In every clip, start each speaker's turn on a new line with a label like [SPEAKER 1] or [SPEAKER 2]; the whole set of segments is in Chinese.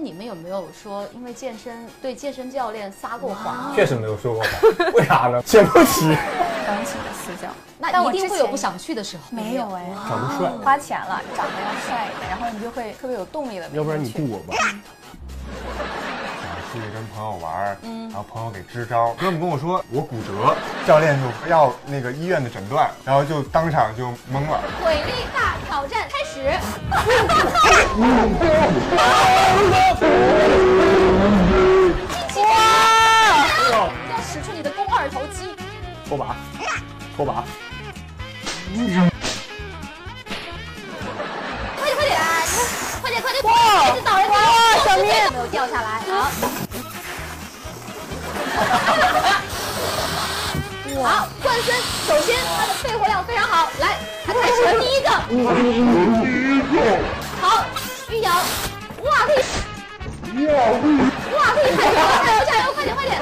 [SPEAKER 1] 你们有没有说因为健身对健身教练撒过谎？
[SPEAKER 2] 确实没有说过谎，为啥 呢？请不起，
[SPEAKER 3] 想起了死角，但
[SPEAKER 1] 那
[SPEAKER 3] 我
[SPEAKER 1] 一定
[SPEAKER 3] 之
[SPEAKER 1] 会有
[SPEAKER 3] 前
[SPEAKER 1] 不想去的时候。
[SPEAKER 3] 没有哎，
[SPEAKER 2] 长不帅，
[SPEAKER 3] 花钱了，长得要帅一点，然后你就会特别有动力的。
[SPEAKER 4] 要不然你雇我吧。
[SPEAKER 2] 啊出去跟朋友玩儿，然后朋友给支招，哥们跟我说我骨折，教练就要那个医院的诊断，然后就当场就懵了。
[SPEAKER 1] 伟力大挑战开始。要使出你的肱二头肌，
[SPEAKER 4] 拖把，拖把，
[SPEAKER 1] 快点快点，快点快点，快点倒人！哇，小明没有掉下来，好。好，冠森首先他的肺活量非常好，来，他开始了第一个，好，余姚，哇，可以，哇，可以，加油加油加油，快点快点！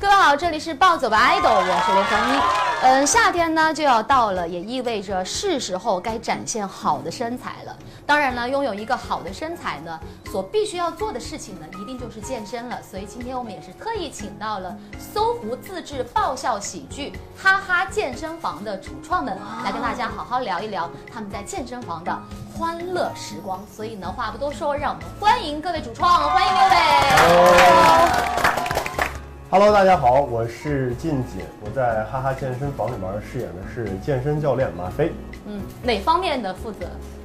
[SPEAKER 1] 各位好，这里是暴走吧 idol，我是刘鹏一。嗯，夏天呢就要到了，也意味着是时候该展现好的身材了。当然呢，拥有一个好的身材呢，所必须要做的事情呢，一定就是健身了。所以今天我们也是特意请到了搜狐自制爆笑喜剧《哈哈健身房》的主创们来跟大家好好聊一聊他们在健身房的欢乐时光。所以呢，话不多说，让我们欢迎各位主创，欢迎六位。
[SPEAKER 4] Hello，大家好，我是近锦，我在哈哈健身房里面饰演的是健身教练马飞。
[SPEAKER 1] 嗯，哪方面的负责？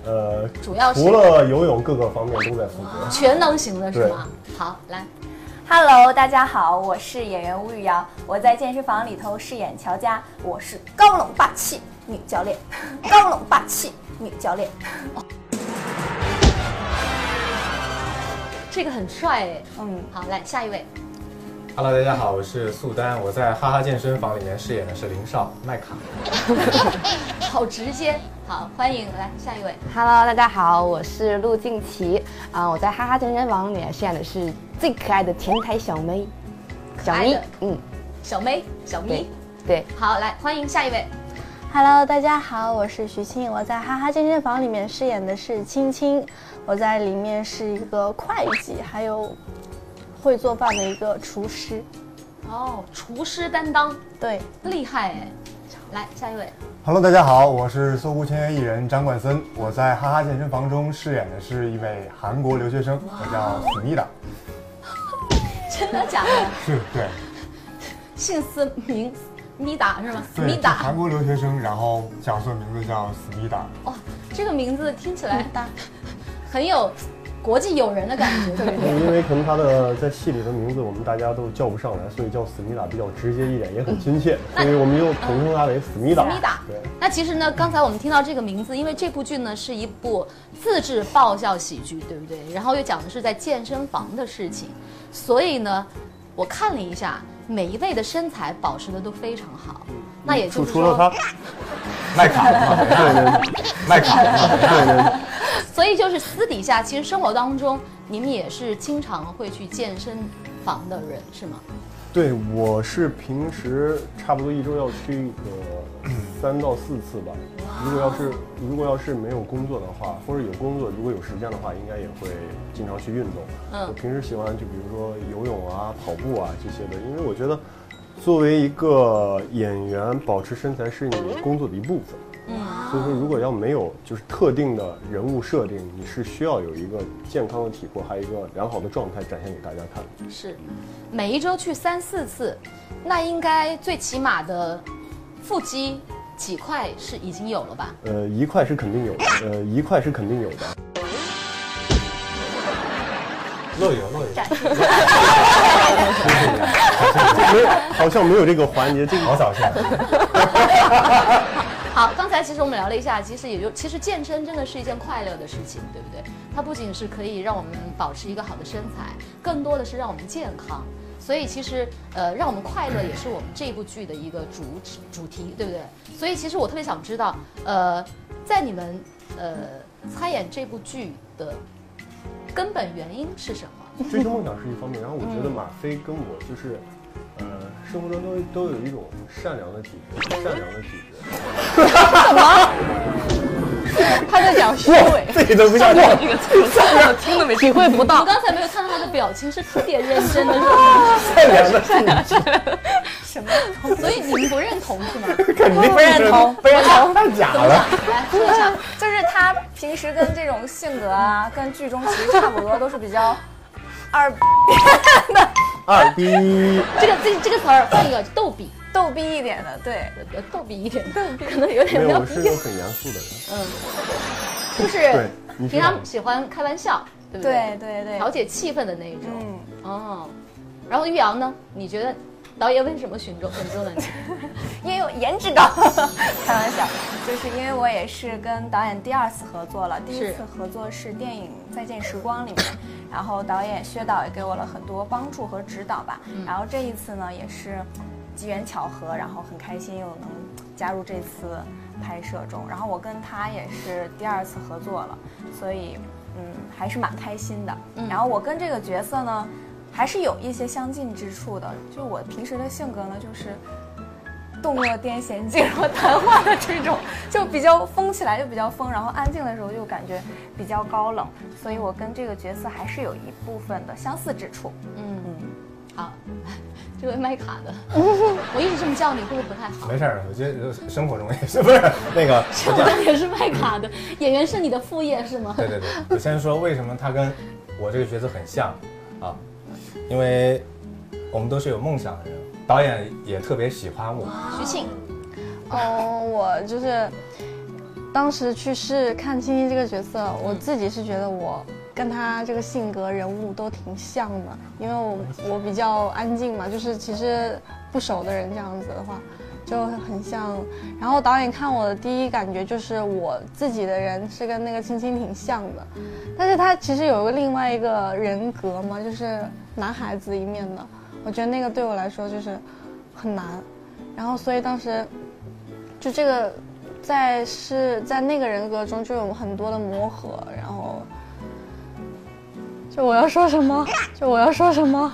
[SPEAKER 4] 呃，
[SPEAKER 1] 主要是
[SPEAKER 4] 除了游泳，各个方面都在负责。
[SPEAKER 1] 全能型的是吗？好，来，
[SPEAKER 3] Hello，大家好，我是演员吴雨瑶，我在健身房里头饰演乔佳，我是高冷霸气女教练， 高冷霸气女教练。
[SPEAKER 1] 这个很帅哎。
[SPEAKER 3] 嗯，
[SPEAKER 1] 好，来下一位，
[SPEAKER 5] Hello，大家好，我是素丹，我在哈哈健身房里面饰演的是林少麦卡。
[SPEAKER 1] 好直接，好欢迎来下一位。
[SPEAKER 6] Hello，大家好，我是陆静琪啊、我在哈哈健身房里面饰演的是最可爱的前台小妹，小
[SPEAKER 1] 爱
[SPEAKER 6] 咪
[SPEAKER 1] 的，
[SPEAKER 6] 嗯，
[SPEAKER 1] 小梅，小咪
[SPEAKER 6] 对，对，
[SPEAKER 1] 好来欢迎下一位。
[SPEAKER 7] Hello，大家好，我是徐庆，我在哈哈健身房里面饰演的是青青，我在里面是一个会计，还有会做饭的一个厨师。
[SPEAKER 1] 哦，厨师担当，
[SPEAKER 7] 对，
[SPEAKER 1] 厉害哎。来下一位，
[SPEAKER 2] Hello，大家好，我是搜狐签约艺人张冠森，我在哈哈健身房中饰演的是一位韩国留学生，我叫思密达。
[SPEAKER 1] 真的假的？
[SPEAKER 2] 是，对，
[SPEAKER 1] 姓思名咪达是吗？思
[SPEAKER 2] 对，
[SPEAKER 1] 密
[SPEAKER 2] 是
[SPEAKER 1] 达
[SPEAKER 2] 韩。国留学生，然后讲述的名字叫思密达。
[SPEAKER 1] 哇，这个名字听起来很有国际友人的感觉，对不 对？
[SPEAKER 4] 因为可能他的在戏里的名字我们大家都叫不上来，所以叫思密达比较直接一点，也很 亲切，所以我们就统称他为思密达。
[SPEAKER 1] 思密达
[SPEAKER 4] 对。
[SPEAKER 1] 那其实呢，刚才我们听到这个名字，因为这部剧呢是一部自制爆笑喜剧，对不对？然后又讲的是在健身房的事情，所以呢，我看了一下，每一位的身材保持的都非常好。那也就
[SPEAKER 4] 除
[SPEAKER 1] 是
[SPEAKER 4] 除了
[SPEAKER 1] 说，
[SPEAKER 4] 他，
[SPEAKER 2] 麦卡的话，麦卡的话，
[SPEAKER 1] 所以就是私底下，其实生活当中，你们也是经常会去健身房的人，是吗？
[SPEAKER 4] 对我是平时差不多一周要去个三到四次吧。如果要是如果要是没有工作的话，或者有工作，如果有时间的话，应该也会经常去运动。
[SPEAKER 1] 嗯
[SPEAKER 4] 我平时喜欢就比如说游泳啊、跑步啊这些的，因为我觉得作为一个演员，保持身材是你工作的一部分。
[SPEAKER 1] 嗯，
[SPEAKER 4] 所以说，如果要没有就是特定的人物设定，你是需要有一个健康的体魄，还有一个良好的状态展现给大家看。
[SPEAKER 1] 是，每一周去三四次，那应该最起码的腹肌几块是已经有了吧？
[SPEAKER 4] 呃，一块是肯定有的，呃，一块是肯定有的。
[SPEAKER 5] 漏油漏油，
[SPEAKER 4] 没有，好像没有这个环节。这个
[SPEAKER 5] 好早上。
[SPEAKER 1] 好，刚才其实我们聊了一下，其实也就其实健身真的是一件快乐的事情，对不对？它不仅是可以让我们保持一个好的身材，更多的是让我们健康。所以其实呃，让我们快乐也是我们这部剧的一个主旨主题，对不对？所以其实我特别想知道，呃，在你们呃参演这部剧的根本原因是什么？
[SPEAKER 4] 追求梦想是一方面，然后我觉得马飞跟我就是，呃，生活中都都有一种善良的体质，善良的体质。
[SPEAKER 6] 他在讲虚伪，
[SPEAKER 4] 自己都不像
[SPEAKER 6] 这个词，我听都没体会不
[SPEAKER 1] 我
[SPEAKER 6] 到。
[SPEAKER 1] 刚才没有看到他的表情是特别认真的，是吗
[SPEAKER 4] 善良的体质，
[SPEAKER 1] 所以你们不认同是吗？
[SPEAKER 4] 肯定不认同，不认同，太假了。
[SPEAKER 1] 来说一下，
[SPEAKER 3] 就是他平时跟这种性格啊，跟剧中其实差不多，都是比较二
[SPEAKER 4] 二 逼，
[SPEAKER 1] 这个这个这个词儿换一个逗比，
[SPEAKER 3] 逗逼一点的，对，
[SPEAKER 1] 呃逗比一点，逗比可能有点
[SPEAKER 4] 没有，
[SPEAKER 1] 没有
[SPEAKER 4] 我是那种很严肃的人。
[SPEAKER 1] 就是
[SPEAKER 4] 对，你是
[SPEAKER 1] 平
[SPEAKER 4] 吗
[SPEAKER 1] 常喜欢开玩笑，对不
[SPEAKER 3] 对对对
[SPEAKER 1] 调，解气氛的那一种。
[SPEAKER 3] 嗯，
[SPEAKER 1] 哦，然后岳阳呢？你觉得导演为什么选中选中 了你？
[SPEAKER 3] 因为颜值高， 开玩笑，就是因为我也是跟导演第二次合作了，第一
[SPEAKER 1] 是
[SPEAKER 3] 次合作是电影《再见时光》里面，然后导演薛导也给我了很多帮助和指导吧，然后这一次呢也是机缘巧合，然后很开心又能加入这次拍摄中，然后我跟他也是第二次合作了，所以嗯还是蛮开心的，然后我跟这个角色呢。还是有一些相近之处的，就我平时的性格呢，就是动若癫痫、静若昙花的这种，就比较疯起来就比较疯，然后安静的时候就感觉比较高冷，所以我跟这个角色还是有一部分的相似之处。
[SPEAKER 1] 嗯，好， 这位麦卡 的，我一直这么叫你会不会不太好？
[SPEAKER 5] 没事儿，我觉得生活中也是不是那个。
[SPEAKER 1] 这 我也是麦卡的，演员是你的副业是吗？
[SPEAKER 5] 对对对，我先说为什么他跟我这个角色很像啊，因为我们都是有梦想的人，导演也特别喜欢我。
[SPEAKER 1] 徐庆，
[SPEAKER 7] 哦，我就是当时去试看青青这个角色，我自己是觉得我跟他这个性格、人物都挺像的，因为我我比较安静嘛，就是其实不熟的人这样子的话。就很像，然后导演看我的第一感觉就是我自己的人是跟那个青青挺像的，但是他其实有一个另外一个人格嘛，就是男孩子一面的，我觉得那个对我来说就是很难，然后所以当时就这个在是在那个人格中就有很多的磨合，然后就我要说什么，
[SPEAKER 6] 哎
[SPEAKER 7] 就我要说什么，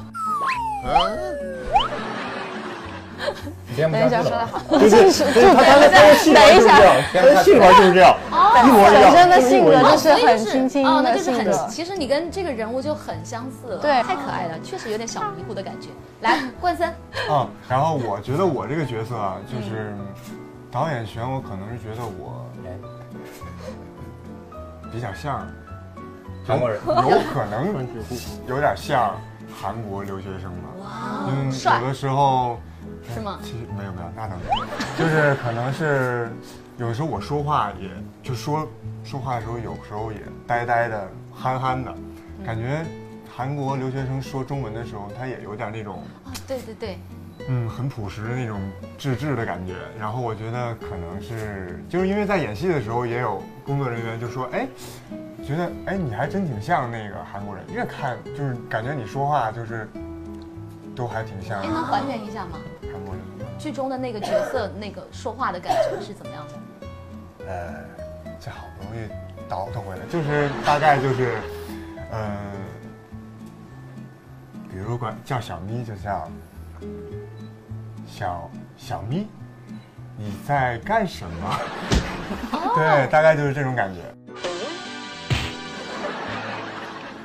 [SPEAKER 5] 你先不
[SPEAKER 7] 等
[SPEAKER 5] 要
[SPEAKER 7] 一下
[SPEAKER 5] 说
[SPEAKER 7] 说的
[SPEAKER 5] 了，
[SPEAKER 7] 好，
[SPEAKER 4] 就是就是他他他他的性格就是这样，他的性格就是这样，一模一
[SPEAKER 7] 本
[SPEAKER 4] 样。
[SPEAKER 7] 身的性格就
[SPEAKER 1] 哦
[SPEAKER 7] 是
[SPEAKER 1] 所以
[SPEAKER 7] 很亲亲
[SPEAKER 1] 哦，那
[SPEAKER 7] 的
[SPEAKER 1] 就是
[SPEAKER 7] 性格
[SPEAKER 1] 很，。其实你跟这个人物就很相似了，
[SPEAKER 7] 对
[SPEAKER 1] 太可爱了，确实有点小迷糊的感觉。来，冠森，
[SPEAKER 2] 啊，然后我觉得我这个角色啊，就是导演选我，可能是觉得我比较像
[SPEAKER 5] 哎韩国人
[SPEAKER 2] 有 可能有点像韩国留学生吧。嗯，
[SPEAKER 1] 帅
[SPEAKER 2] 有的时候哎
[SPEAKER 1] 是吗
[SPEAKER 2] 其实没有没有，那倒没有，就是可能是有时候我说话也就说说话的时候，有时候也呆呆的、憨憨的，
[SPEAKER 1] 嗯
[SPEAKER 2] 感觉韩国留学生说中文的时候，他也有点那种。
[SPEAKER 1] 哦，对对对，
[SPEAKER 2] 嗯，很朴实的那种质质的感觉。然后我觉得可能是，就是因为在演戏的时候，也有工作人员就说，哎，觉得哎你还真挺像那个韩国人，越看就是感觉你说话就是都还挺像
[SPEAKER 1] 哎，能
[SPEAKER 2] 韩
[SPEAKER 1] 还原一下吗？
[SPEAKER 2] 国人。
[SPEAKER 1] 剧中的那个角色那个说话的感觉是怎么样的？
[SPEAKER 2] 呃，这好不容易倒腾回来，就是大概就是，呃，比如管叫小咪就叫小小咪，你在干什么？对，大概就是这种感觉。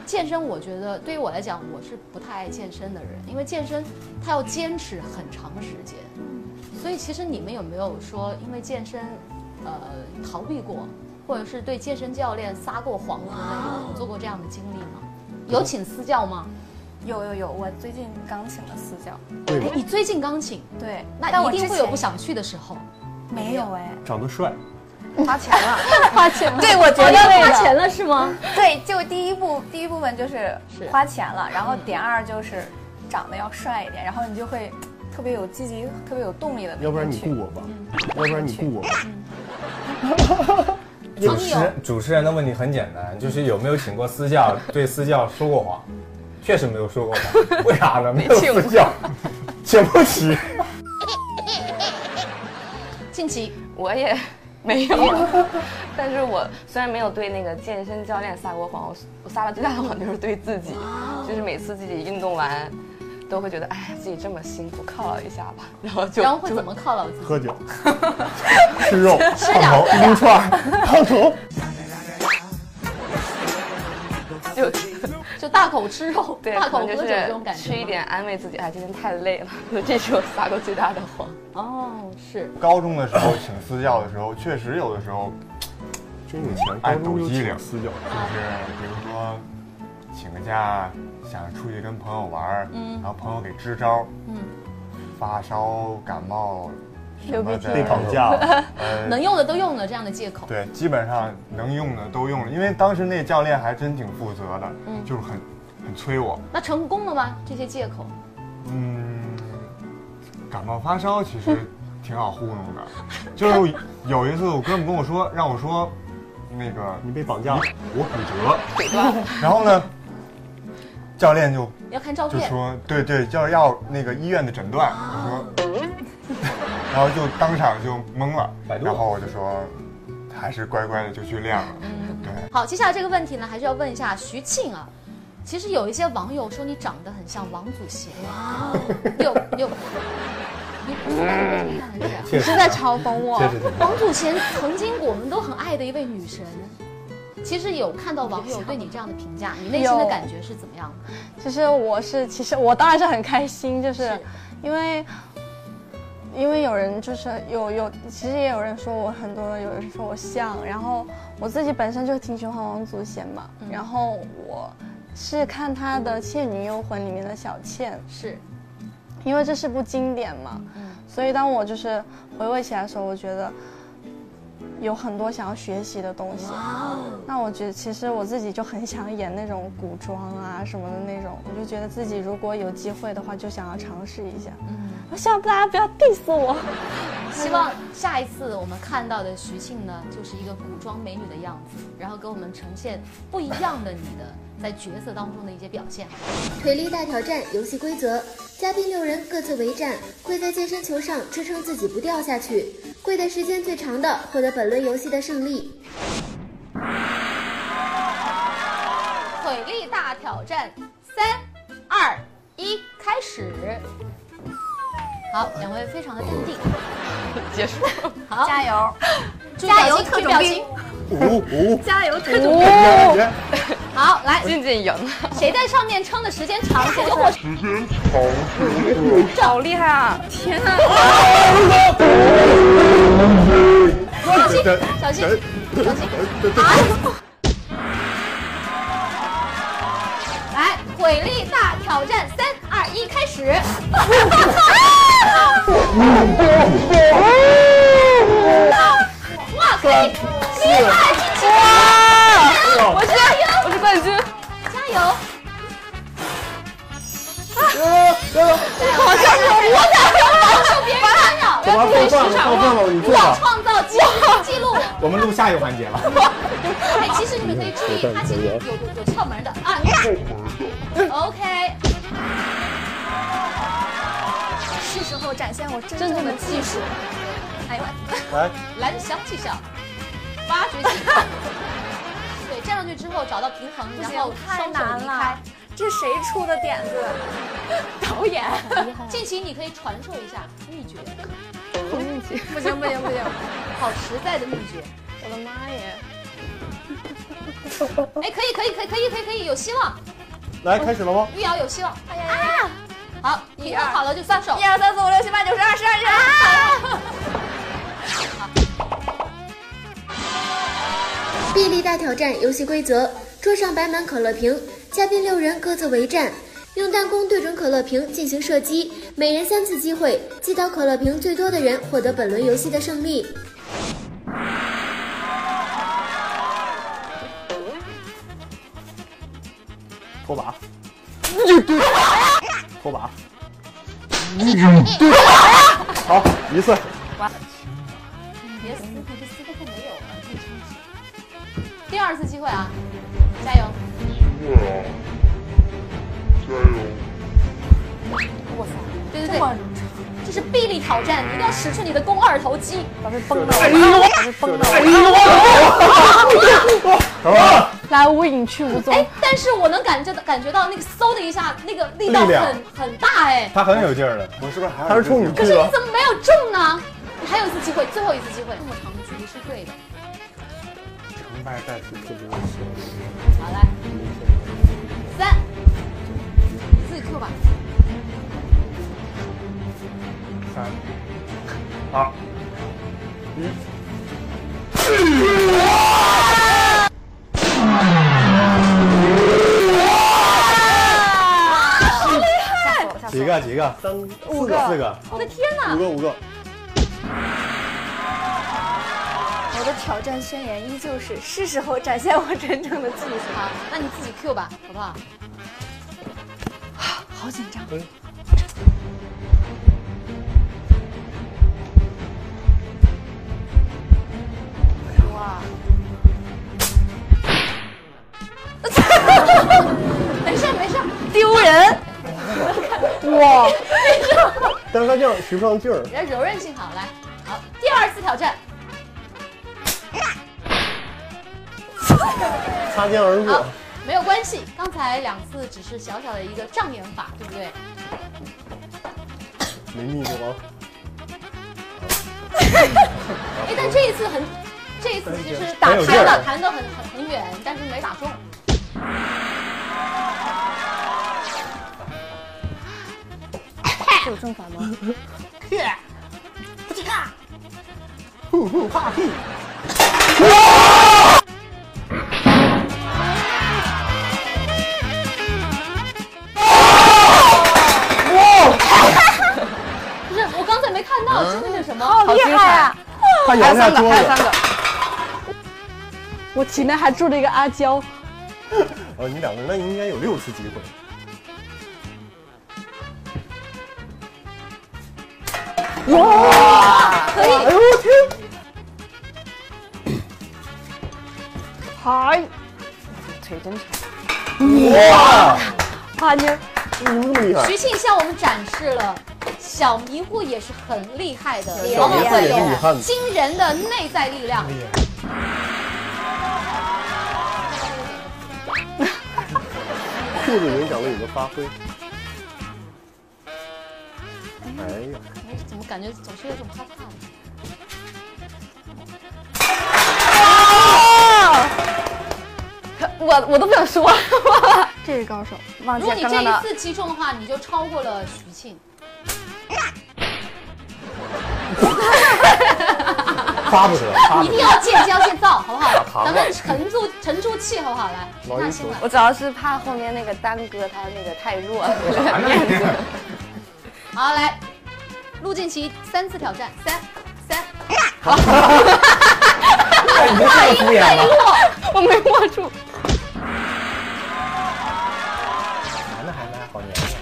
[SPEAKER 1] 健身，我觉得对于我来讲，我是不太爱健身的人，因为健身它要坚持很长时间，所以其实你们有没有说因为健身，呃，逃避过，或者是对健身教练撒过谎之类
[SPEAKER 6] 哦
[SPEAKER 1] 的，有做过这样的经历吗？有请私教吗？
[SPEAKER 3] 有有有，我最近刚请了私教，
[SPEAKER 4] 对
[SPEAKER 1] 哎，你最近刚请，
[SPEAKER 3] 对，但
[SPEAKER 1] 那
[SPEAKER 3] 我
[SPEAKER 1] 一定
[SPEAKER 3] 之
[SPEAKER 1] 会有
[SPEAKER 3] 前
[SPEAKER 1] 不想去的时候。
[SPEAKER 3] 没 有哎，
[SPEAKER 4] 长得帅，
[SPEAKER 3] 花钱了，
[SPEAKER 1] 对，我觉得花钱了是吗？
[SPEAKER 3] 对，就第一步第一部分就是
[SPEAKER 1] 是嗯
[SPEAKER 3] 花钱了，然后点二就是长得要帅一点，然后你就会特别有积极、特别有动力的，
[SPEAKER 4] 要不然你雇我吧，要不然你雇我吧。
[SPEAKER 5] 主持主持人的问题很简单，就是有没有请过私教？对私教说过谎，确实没有说过谎，为啥呢？没有私教，请不起。
[SPEAKER 1] 近期
[SPEAKER 8] 我也没有，
[SPEAKER 6] 但是我虽然没有对那个健身教练撒过谎，我我撒的最大的谎就是对自己，
[SPEAKER 7] 哦
[SPEAKER 6] 就是每次自己运动完，都会觉得哎自己这么辛苦，犒劳一下吧，然后就
[SPEAKER 1] 然后会怎么犒劳自己？
[SPEAKER 4] 喝酒，吃肉，
[SPEAKER 1] 吃点儿
[SPEAKER 4] 撸串儿，烫头。
[SPEAKER 6] 就
[SPEAKER 1] 就大口吃肉，
[SPEAKER 6] 对，
[SPEAKER 1] 大
[SPEAKER 6] 可
[SPEAKER 1] 口
[SPEAKER 6] 能
[SPEAKER 1] 喝
[SPEAKER 6] 就
[SPEAKER 1] 酒
[SPEAKER 6] 是
[SPEAKER 1] 这种感觉。
[SPEAKER 6] 吃一。点安慰自己，哎今天太累了， 这是我撒过最大的谎。
[SPEAKER 1] 哦，是。
[SPEAKER 2] 高中的时候请私教的时候，确实有的时候
[SPEAKER 4] 真有钱，高
[SPEAKER 2] 爱
[SPEAKER 4] 中
[SPEAKER 2] 抖
[SPEAKER 4] 就
[SPEAKER 2] 机灵
[SPEAKER 4] 请私教。
[SPEAKER 2] 就是比如说请个假，想出去跟朋友玩儿，然后朋友给支招，
[SPEAKER 1] 嗯
[SPEAKER 2] 发烧、感冒什么的，
[SPEAKER 4] 被绑架，
[SPEAKER 2] 呃
[SPEAKER 1] 能用的都用了，这样的借口。
[SPEAKER 2] 对，基本上能用的都用了，因为当时那教练还真挺负责的，
[SPEAKER 1] 嗯
[SPEAKER 2] 就是很很催我，
[SPEAKER 1] 那成功了吗？这些借口？
[SPEAKER 2] 嗯，感冒发烧其实挺好糊弄的，就是有一次我哥们跟我说，让我说那个
[SPEAKER 4] 你被绑架了。
[SPEAKER 2] 我骨折，然后呢，教练就
[SPEAKER 1] 要看照
[SPEAKER 2] 就
[SPEAKER 1] 片。
[SPEAKER 2] 说对对，就是要那个医院的诊断，我说，然后就当场就懵了，
[SPEAKER 5] 百度
[SPEAKER 2] 然后我就说，还是乖乖的就去练了，对。
[SPEAKER 1] 好，接下来这个问题呢，还是要问一下徐庆啊。其实有一些网友说你长得很像王祖贤，你有你有，你你看这样
[SPEAKER 5] 确实
[SPEAKER 7] 是在嘲讽我
[SPEAKER 5] 确。实挺
[SPEAKER 1] 王祖贤曾经我们都很爱的一位女神，其实有看到网友对你这样的评价，你内心的
[SPEAKER 7] 有
[SPEAKER 1] 感觉是怎么样的？
[SPEAKER 7] 就是我是，其实我当然是很开心，就是
[SPEAKER 1] 是
[SPEAKER 7] 因为因为有人就是有有，其实也有人说我很多，有人说我像，然后我自己本身就挺喜欢王祖贤嘛，然后我是看他的《倩女幽魂》里面的小倩，
[SPEAKER 1] 是，
[SPEAKER 7] 因为这是部经典嘛，
[SPEAKER 6] 嗯
[SPEAKER 7] 所以当我就是回味起来的时候，我觉得有很多想要学习的东西。那我觉得其实我自己就很想演那种古装啊什么的那种，我就觉得自己如果有机会的话，就想要尝试一下。
[SPEAKER 1] 嗯
[SPEAKER 7] 我希望大家不要 diss 我。
[SPEAKER 1] 希望下一次我们看到的徐庆呢，就是一个古装美女的样子，然后给我们呈现不一样的你的在角色当中的一些表现。
[SPEAKER 8] 腿力大挑战游戏规则：嘉宾六人各自为战，跪在健身球上支撑自己不掉下去，跪的时间最长的获得本轮游戏的胜利。
[SPEAKER 1] 腿力大挑战，三、二、一，开始。好，两位非常的淡定，
[SPEAKER 6] 结束。
[SPEAKER 1] 好，
[SPEAKER 3] 加油！
[SPEAKER 1] 注意
[SPEAKER 3] 加油
[SPEAKER 1] 表情，注意表
[SPEAKER 3] 特种兵
[SPEAKER 1] 情。
[SPEAKER 4] 哦哦，
[SPEAKER 3] 嗯加油，特
[SPEAKER 1] 好，来，
[SPEAKER 6] 渐渐赢了，
[SPEAKER 1] 谁在上面撑的时间长，谁就获胜。
[SPEAKER 6] 好厉害啊！
[SPEAKER 1] 小心，小心，小心。好，来，腿力大挑战，三、二、一，开始。哇，可以，厉害，进去了！我加油！
[SPEAKER 6] 我是冠军，
[SPEAKER 1] 加油！啊！我加油！我加油！防守别人干扰，
[SPEAKER 4] 干嘛放饭了？放饭了，你坐
[SPEAKER 1] 我
[SPEAKER 4] 吧。
[SPEAKER 1] 创造记录记录。
[SPEAKER 5] 我们录下一个环节吧。
[SPEAKER 1] 哎，其实你们可以注意，它其实有有有窍门的啊。OK，
[SPEAKER 3] 是时候展现我真
[SPEAKER 1] 真正
[SPEAKER 3] 正
[SPEAKER 1] 的
[SPEAKER 3] 的
[SPEAKER 1] 技术，
[SPEAKER 3] 哎呦，
[SPEAKER 4] 来，
[SPEAKER 1] 蓝翔技巧，挖掘技 巧。对，站上去之后找到平衡，
[SPEAKER 3] 不
[SPEAKER 1] 然
[SPEAKER 3] 行
[SPEAKER 1] 后，
[SPEAKER 3] 太
[SPEAKER 1] 双手
[SPEAKER 3] 难
[SPEAKER 1] 离开
[SPEAKER 3] 了。，这谁出的点子？导演，
[SPEAKER 1] 近期你可以传授一下秘诀，
[SPEAKER 3] 不行不行不行，
[SPEAKER 1] 好实在的秘诀。
[SPEAKER 7] 我的妈耶！
[SPEAKER 1] 哎，可以可以可以可以可以可以，有希望，
[SPEAKER 4] 来，开始了吗？
[SPEAKER 1] 玉瑶有希望。哎呀好，你弄好了就放手
[SPEAKER 3] 一。二三四五六七八九十二十二十二。
[SPEAKER 8] 臂力大挑战游戏规则：桌上摆满可乐瓶，嘉宾六人各自为战，用弹弓对准可乐瓶进行射击，每人三次机会，击倒可乐瓶最多的人获得本轮游戏的胜利。
[SPEAKER 4] 拖把， 拖把，好，一次，
[SPEAKER 1] 别撕，你
[SPEAKER 5] 嗯
[SPEAKER 1] 这撕破没有了，可以重启。第二次机会啊，加油！对对对，这这是臂力挑战，你一定要使出你的肱二头肌。
[SPEAKER 3] 老师崩了
[SPEAKER 5] 哎
[SPEAKER 3] 我，老师崩了我。
[SPEAKER 5] 哎
[SPEAKER 7] 来无影去无踪。
[SPEAKER 1] 哎，但是我能感觉到感觉到那个嗖的一下，那个力道
[SPEAKER 5] 力量
[SPEAKER 1] 很很大哎。
[SPEAKER 5] 他很有劲儿的，
[SPEAKER 2] 我是不是还有
[SPEAKER 5] 他是冲你
[SPEAKER 1] 可
[SPEAKER 5] 去
[SPEAKER 1] 是
[SPEAKER 5] 的
[SPEAKER 1] 你。怎么没有中呢？你还有一次机会，最后一次机会。这么长的距离是对的。
[SPEAKER 2] 成败在此刻不
[SPEAKER 1] 好来，三，自己 Q 吧。
[SPEAKER 2] 三二
[SPEAKER 5] 几个？几个？
[SPEAKER 4] 三
[SPEAKER 5] 四个。四个。
[SPEAKER 1] 我的天哪
[SPEAKER 4] 五！个五个，
[SPEAKER 3] 我的挑战宣言依旧是：是时候展现我真正的技术。
[SPEAKER 1] 好，啊那你自己 Q 吧，好不好？哎啊好 紧张。哇！没事儿没事儿，
[SPEAKER 7] 丢人！哇，
[SPEAKER 4] 但是他这样使不上劲儿，
[SPEAKER 1] 人家柔韧性好，来，好，第二次挑战，
[SPEAKER 4] 擦肩而过
[SPEAKER 1] 好。，没有关系，刚才两次只是小小的一个障眼法，对不对？
[SPEAKER 4] 没腻过吗？
[SPEAKER 1] 哎，但这一次很，这一次其实是打
[SPEAKER 5] 很有劲
[SPEAKER 1] 开
[SPEAKER 5] 儿
[SPEAKER 1] 了，弹得很很很远，但是没打中。
[SPEAKER 7] 有正反吗？
[SPEAKER 1] 不是，我刚才没看到，真的是什么？
[SPEAKER 7] 好厉害啊！
[SPEAKER 4] 他
[SPEAKER 6] 还
[SPEAKER 4] 摇
[SPEAKER 6] 有
[SPEAKER 4] 下
[SPEAKER 6] 三
[SPEAKER 4] 桌
[SPEAKER 6] 个，还有三
[SPEAKER 4] 子。
[SPEAKER 6] 个，
[SPEAKER 7] 我体内还住着一个阿胶，
[SPEAKER 4] 哦，你两个人，那应该有六次机会。
[SPEAKER 1] 可以，
[SPEAKER 7] 嗨，
[SPEAKER 6] 腿真长。
[SPEAKER 4] 哇，
[SPEAKER 7] 阿妞，
[SPEAKER 4] 你们这么厉害！
[SPEAKER 1] 徐庆向我们展示了小迷糊也是很厉害的，
[SPEAKER 4] 小迷
[SPEAKER 1] 哎
[SPEAKER 4] 糊也是女汉
[SPEAKER 1] 有
[SPEAKER 4] 子
[SPEAKER 1] 惊人的内在力量。
[SPEAKER 4] 裤子影响了你的发挥。哎呀，
[SPEAKER 1] 哎怎么感觉总是有种害怕呢？
[SPEAKER 6] 啊我我都不想说，
[SPEAKER 7] 这是高手，忘
[SPEAKER 1] 如
[SPEAKER 7] 记
[SPEAKER 1] 果你
[SPEAKER 7] 刚
[SPEAKER 1] 这
[SPEAKER 7] 刚
[SPEAKER 1] 一
[SPEAKER 7] 的
[SPEAKER 1] 次击中的话，你就超过了徐庆。
[SPEAKER 5] 发不 得，发
[SPEAKER 1] 一
[SPEAKER 5] 不
[SPEAKER 1] 定
[SPEAKER 5] 得。
[SPEAKER 1] 要戒，要戒躁，好不好？
[SPEAKER 5] 糖
[SPEAKER 1] 咱
[SPEAKER 5] 吧
[SPEAKER 1] 们沉住沉住气，好不好？来，
[SPEAKER 4] 老
[SPEAKER 1] 那
[SPEAKER 4] 鹰
[SPEAKER 1] 新
[SPEAKER 4] 球
[SPEAKER 1] 来，
[SPEAKER 6] 我主要是怕后面那个丹哥他那个太弱了，有点面子。
[SPEAKER 1] 好来，陆晋奇三次挑战，三三，
[SPEAKER 5] 你这太敷衍了。
[SPEAKER 6] 我没握住，
[SPEAKER 5] 男的还蛮好年轻。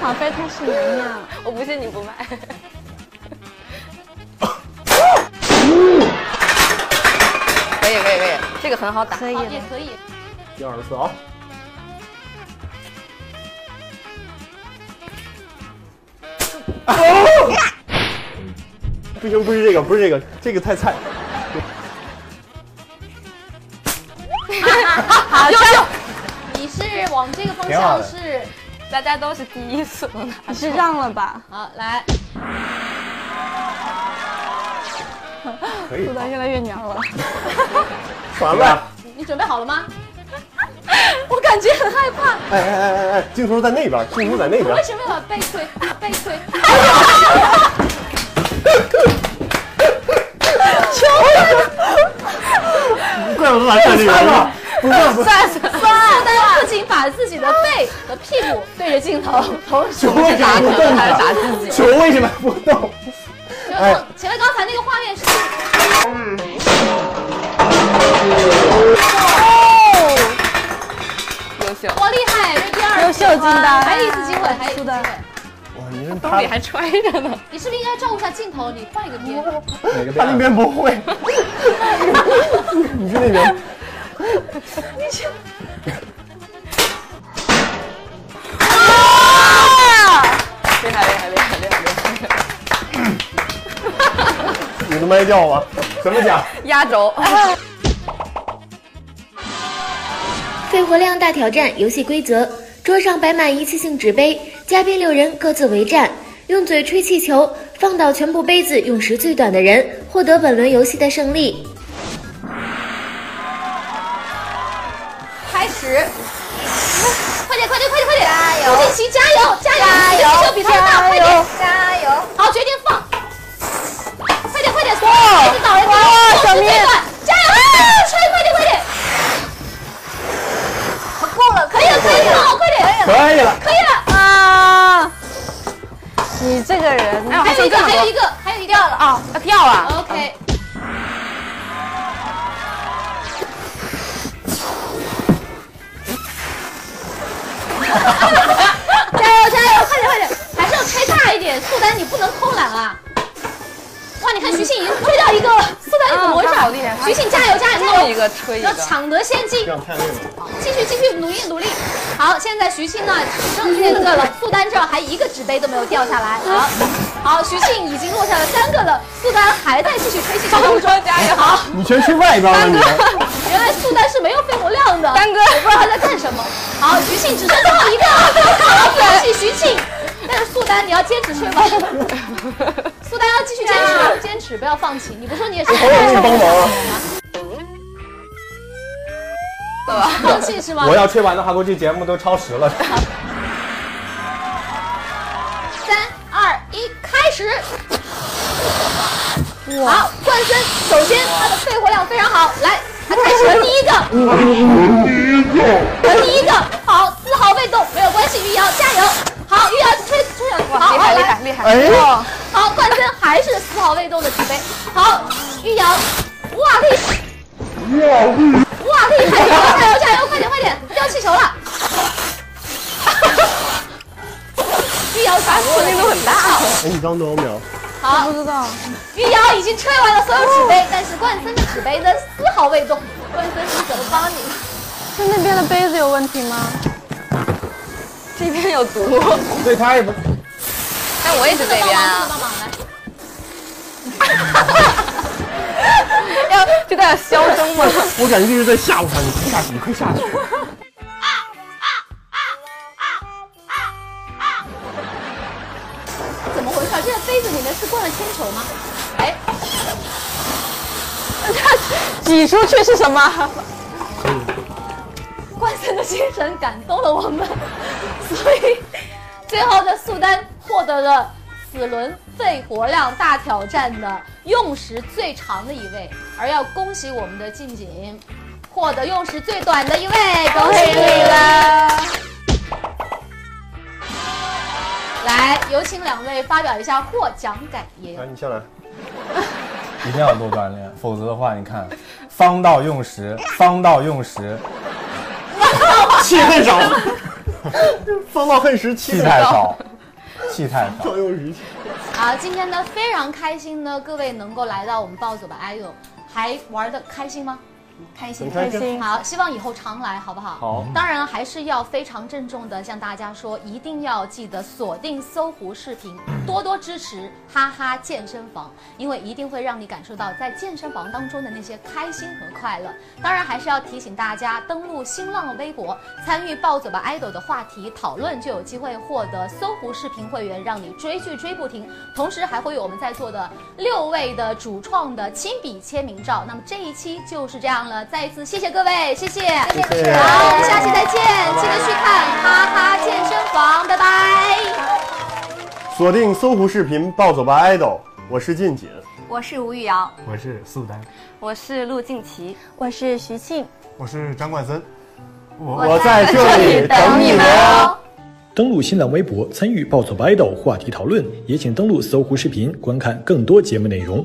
[SPEAKER 7] 塔菲他是娘娘，
[SPEAKER 6] 我不信你不卖。可以可以可以，这个很好打。
[SPEAKER 7] 可以
[SPEAKER 1] 好
[SPEAKER 7] 了
[SPEAKER 1] 也可以。
[SPEAKER 4] 第二十四啊， 不行，不是这个，不是这个，这个太菜。
[SPEAKER 1] 好，优秀。你是往这个方
[SPEAKER 5] 挺
[SPEAKER 1] 向
[SPEAKER 5] 好的
[SPEAKER 1] 是
[SPEAKER 6] 大家都是第一次能拿
[SPEAKER 7] 你是让了吧？
[SPEAKER 1] 好来，
[SPEAKER 5] 可以
[SPEAKER 7] 肚，子越来越娘了，
[SPEAKER 4] 完了，
[SPEAKER 1] 你准备好了 吗？我感觉很害怕，
[SPEAKER 4] 哎哎哎哎哎，镜头在那边，镜头在那边
[SPEAKER 1] 为。什么要被推？被 推？
[SPEAKER 4] 怪不得他站这个，不是不是，
[SPEAKER 1] 苏丹不仅把自己的背和屁股对着镜头，同时
[SPEAKER 4] 球为啥不动
[SPEAKER 6] 还是
[SPEAKER 4] 呢？
[SPEAKER 6] 打自己。
[SPEAKER 4] 球为什么不动？
[SPEAKER 6] 哦
[SPEAKER 1] 就像前面刚才那个画面是。哦
[SPEAKER 6] 优秀，
[SPEAKER 1] 哇，厉害！这第二
[SPEAKER 7] 优秀金丹
[SPEAKER 1] 还有一次机会，还有一次
[SPEAKER 7] 苏
[SPEAKER 1] 机
[SPEAKER 7] 丹
[SPEAKER 1] 会。
[SPEAKER 4] 哇，你这
[SPEAKER 6] 兜
[SPEAKER 4] 他
[SPEAKER 6] 里还揣着呢。
[SPEAKER 1] 你是不是应该照顾一下镜头？你换一个边。
[SPEAKER 5] 哪个
[SPEAKER 4] 他那
[SPEAKER 5] 边？
[SPEAKER 4] 边不会，你去那边。
[SPEAKER 6] 厉害厉害厉害厉害厉害！
[SPEAKER 4] 子卖掉吧。
[SPEAKER 5] 怎么讲？
[SPEAKER 6] 压轴。
[SPEAKER 8] 肺活量大挑战游戏规则：桌上摆满一次性纸杯，嘉宾六人各自为战，用嘴吹气球，放倒全部杯子，用时最短的人获得本轮游戏的胜利。
[SPEAKER 1] 开始，快点快点快点快点！加油！进行加油加油！加油！比他们大，快点！
[SPEAKER 3] 加油！
[SPEAKER 1] 好，决定放！快点快点！哇！倒人！哇！小明，加油！吹，快点快点！
[SPEAKER 3] 够了，
[SPEAKER 1] 可以了可以了，快点！
[SPEAKER 5] 可以了，
[SPEAKER 1] 可以了！
[SPEAKER 7] 啊！你这个人，
[SPEAKER 6] 哎，我
[SPEAKER 1] 还有
[SPEAKER 6] 剩
[SPEAKER 1] 一个
[SPEAKER 6] 这么
[SPEAKER 1] 还有一
[SPEAKER 6] 多
[SPEAKER 1] 个还有一个了啊
[SPEAKER 6] 啊！要票啊！
[SPEAKER 1] ！OK，加油加油，快点快点，还是要吹大一点，苏丹你不能偷懒啊！哇，你看徐沁已经吹到一个了，苏丹你怎么回
[SPEAKER 6] 啊他好
[SPEAKER 1] 事
[SPEAKER 6] 厉害？他
[SPEAKER 1] 徐沁加油加油！
[SPEAKER 6] 弄一个吹一
[SPEAKER 1] 要
[SPEAKER 6] 个，
[SPEAKER 1] 抢得先机
[SPEAKER 4] 这，样太累了。
[SPEAKER 1] 继续继续努力努力。好，现在徐沁呢只剩这个了，苏丹这儿还一个纸杯都没有掉下来。好，好，徐沁已经落下了三个了，苏丹还在继续吹气球当中。
[SPEAKER 6] 加 油！
[SPEAKER 4] 你全去外边了，你。
[SPEAKER 1] 原来苏丹是没有肺活量的，
[SPEAKER 6] 丹哥
[SPEAKER 1] 我不知道他在干什么。好，徐沁只剩最后一 个，好，恭喜徐沁。但是苏丹，你要坚持吹 完。苏丹要继续坚持，坚持，不要放弃。你不说你也是
[SPEAKER 4] 我也给你帮忙啊！
[SPEAKER 1] 放弃是吗
[SPEAKER 5] 我？要吹完的话，估计节目都超时 了。
[SPEAKER 1] 三二一，开始！好，冠森首先他的肺活量非常好，来，他开始了第一个，第一个，第一个，好，丝毫未动，没有关系，玉瑶加油！好，玉瑶吹吹上去，好，
[SPEAKER 6] 厉
[SPEAKER 1] 好
[SPEAKER 6] 害厉
[SPEAKER 1] 来，
[SPEAKER 6] 害厉害！
[SPEAKER 4] 哎，
[SPEAKER 1] 好，冠森还是丝毫未动的举杯，好，玉瑶，哇厉害！哇厉害！加油加油，快点快点，掉气球了！玉瑶全部力度很大
[SPEAKER 6] 啊
[SPEAKER 1] 哦。
[SPEAKER 4] 哎，你刚多少秒？
[SPEAKER 1] 好，
[SPEAKER 7] 不知道。
[SPEAKER 1] 余瑶已经吹完了所有纸杯，但是冠森的纸杯呢丝毫未动。冠森是怎么帮你？
[SPEAKER 7] 是那边的杯子有问题吗？
[SPEAKER 6] 这边有毒，
[SPEAKER 5] 对他也不，
[SPEAKER 6] 但我也是这边
[SPEAKER 1] 帮忙，
[SPEAKER 6] 啊，
[SPEAKER 1] 帮忙来。
[SPEAKER 6] 要就在那消声嘛。
[SPEAKER 4] 我感觉这是在吓唬他，你快下去，你快下去。
[SPEAKER 1] 怎么回事？这个杯子里面是灌了铅球吗？哎，
[SPEAKER 7] 挤出去是什么？
[SPEAKER 1] 冠森的精神感动了我们，所以最后的苏丹获得了此轮肺活量大挑战的用时最长的一位，而要恭喜我们的静锦获得用时最短的一位，恭喜你了！来，有请两位发表一下获奖感言
[SPEAKER 4] 哎来，。你先来。
[SPEAKER 5] 一定要多锻炼，否则的话，你看，方到用时，方到用时，
[SPEAKER 4] 气太少。放到恨时气
[SPEAKER 5] 气太少，气太少。
[SPEAKER 4] 到又时气。
[SPEAKER 1] 啊，今天呢非常开心呢，各位能够来到我们暴走吧 idol，还玩的开心吗？
[SPEAKER 3] 开心
[SPEAKER 4] 很开心。
[SPEAKER 1] 好，希望以后常来，好不好？
[SPEAKER 4] 好。
[SPEAKER 1] 当然还是要非常郑重的向大家说，一定要记得锁定搜狐视 频，多多支持哈哈健身房，因为一定会让你感受到在健身房当中的那些开心和快乐。当然还是要提醒大家登录新浪微博，参与暴走吧 idol 的话题讨论，就有机会获得搜狐视频会员，让你追剧追不停。同时还会有我们在座的六位的主创的亲笔签名照。那么这一期就是这样了，再一次谢谢各位，谢谢。
[SPEAKER 4] 谢谢
[SPEAKER 1] 好，我们下期再见，记得去看哈哈健身房，拜拜。
[SPEAKER 4] 锁定搜狐视频，暴走吧 idol，我是近锦。
[SPEAKER 3] 我是吴玉瑶。
[SPEAKER 2] 我是苏丹，
[SPEAKER 6] 我是陆静琪。
[SPEAKER 7] 我是徐庆。
[SPEAKER 2] 我是张冠森，
[SPEAKER 4] 我在这里等你们。哦
[SPEAKER 9] 登录新浪微博参与“暴走吧 idol” 话题讨论，也请登录搜狐视频观看更多节目内容。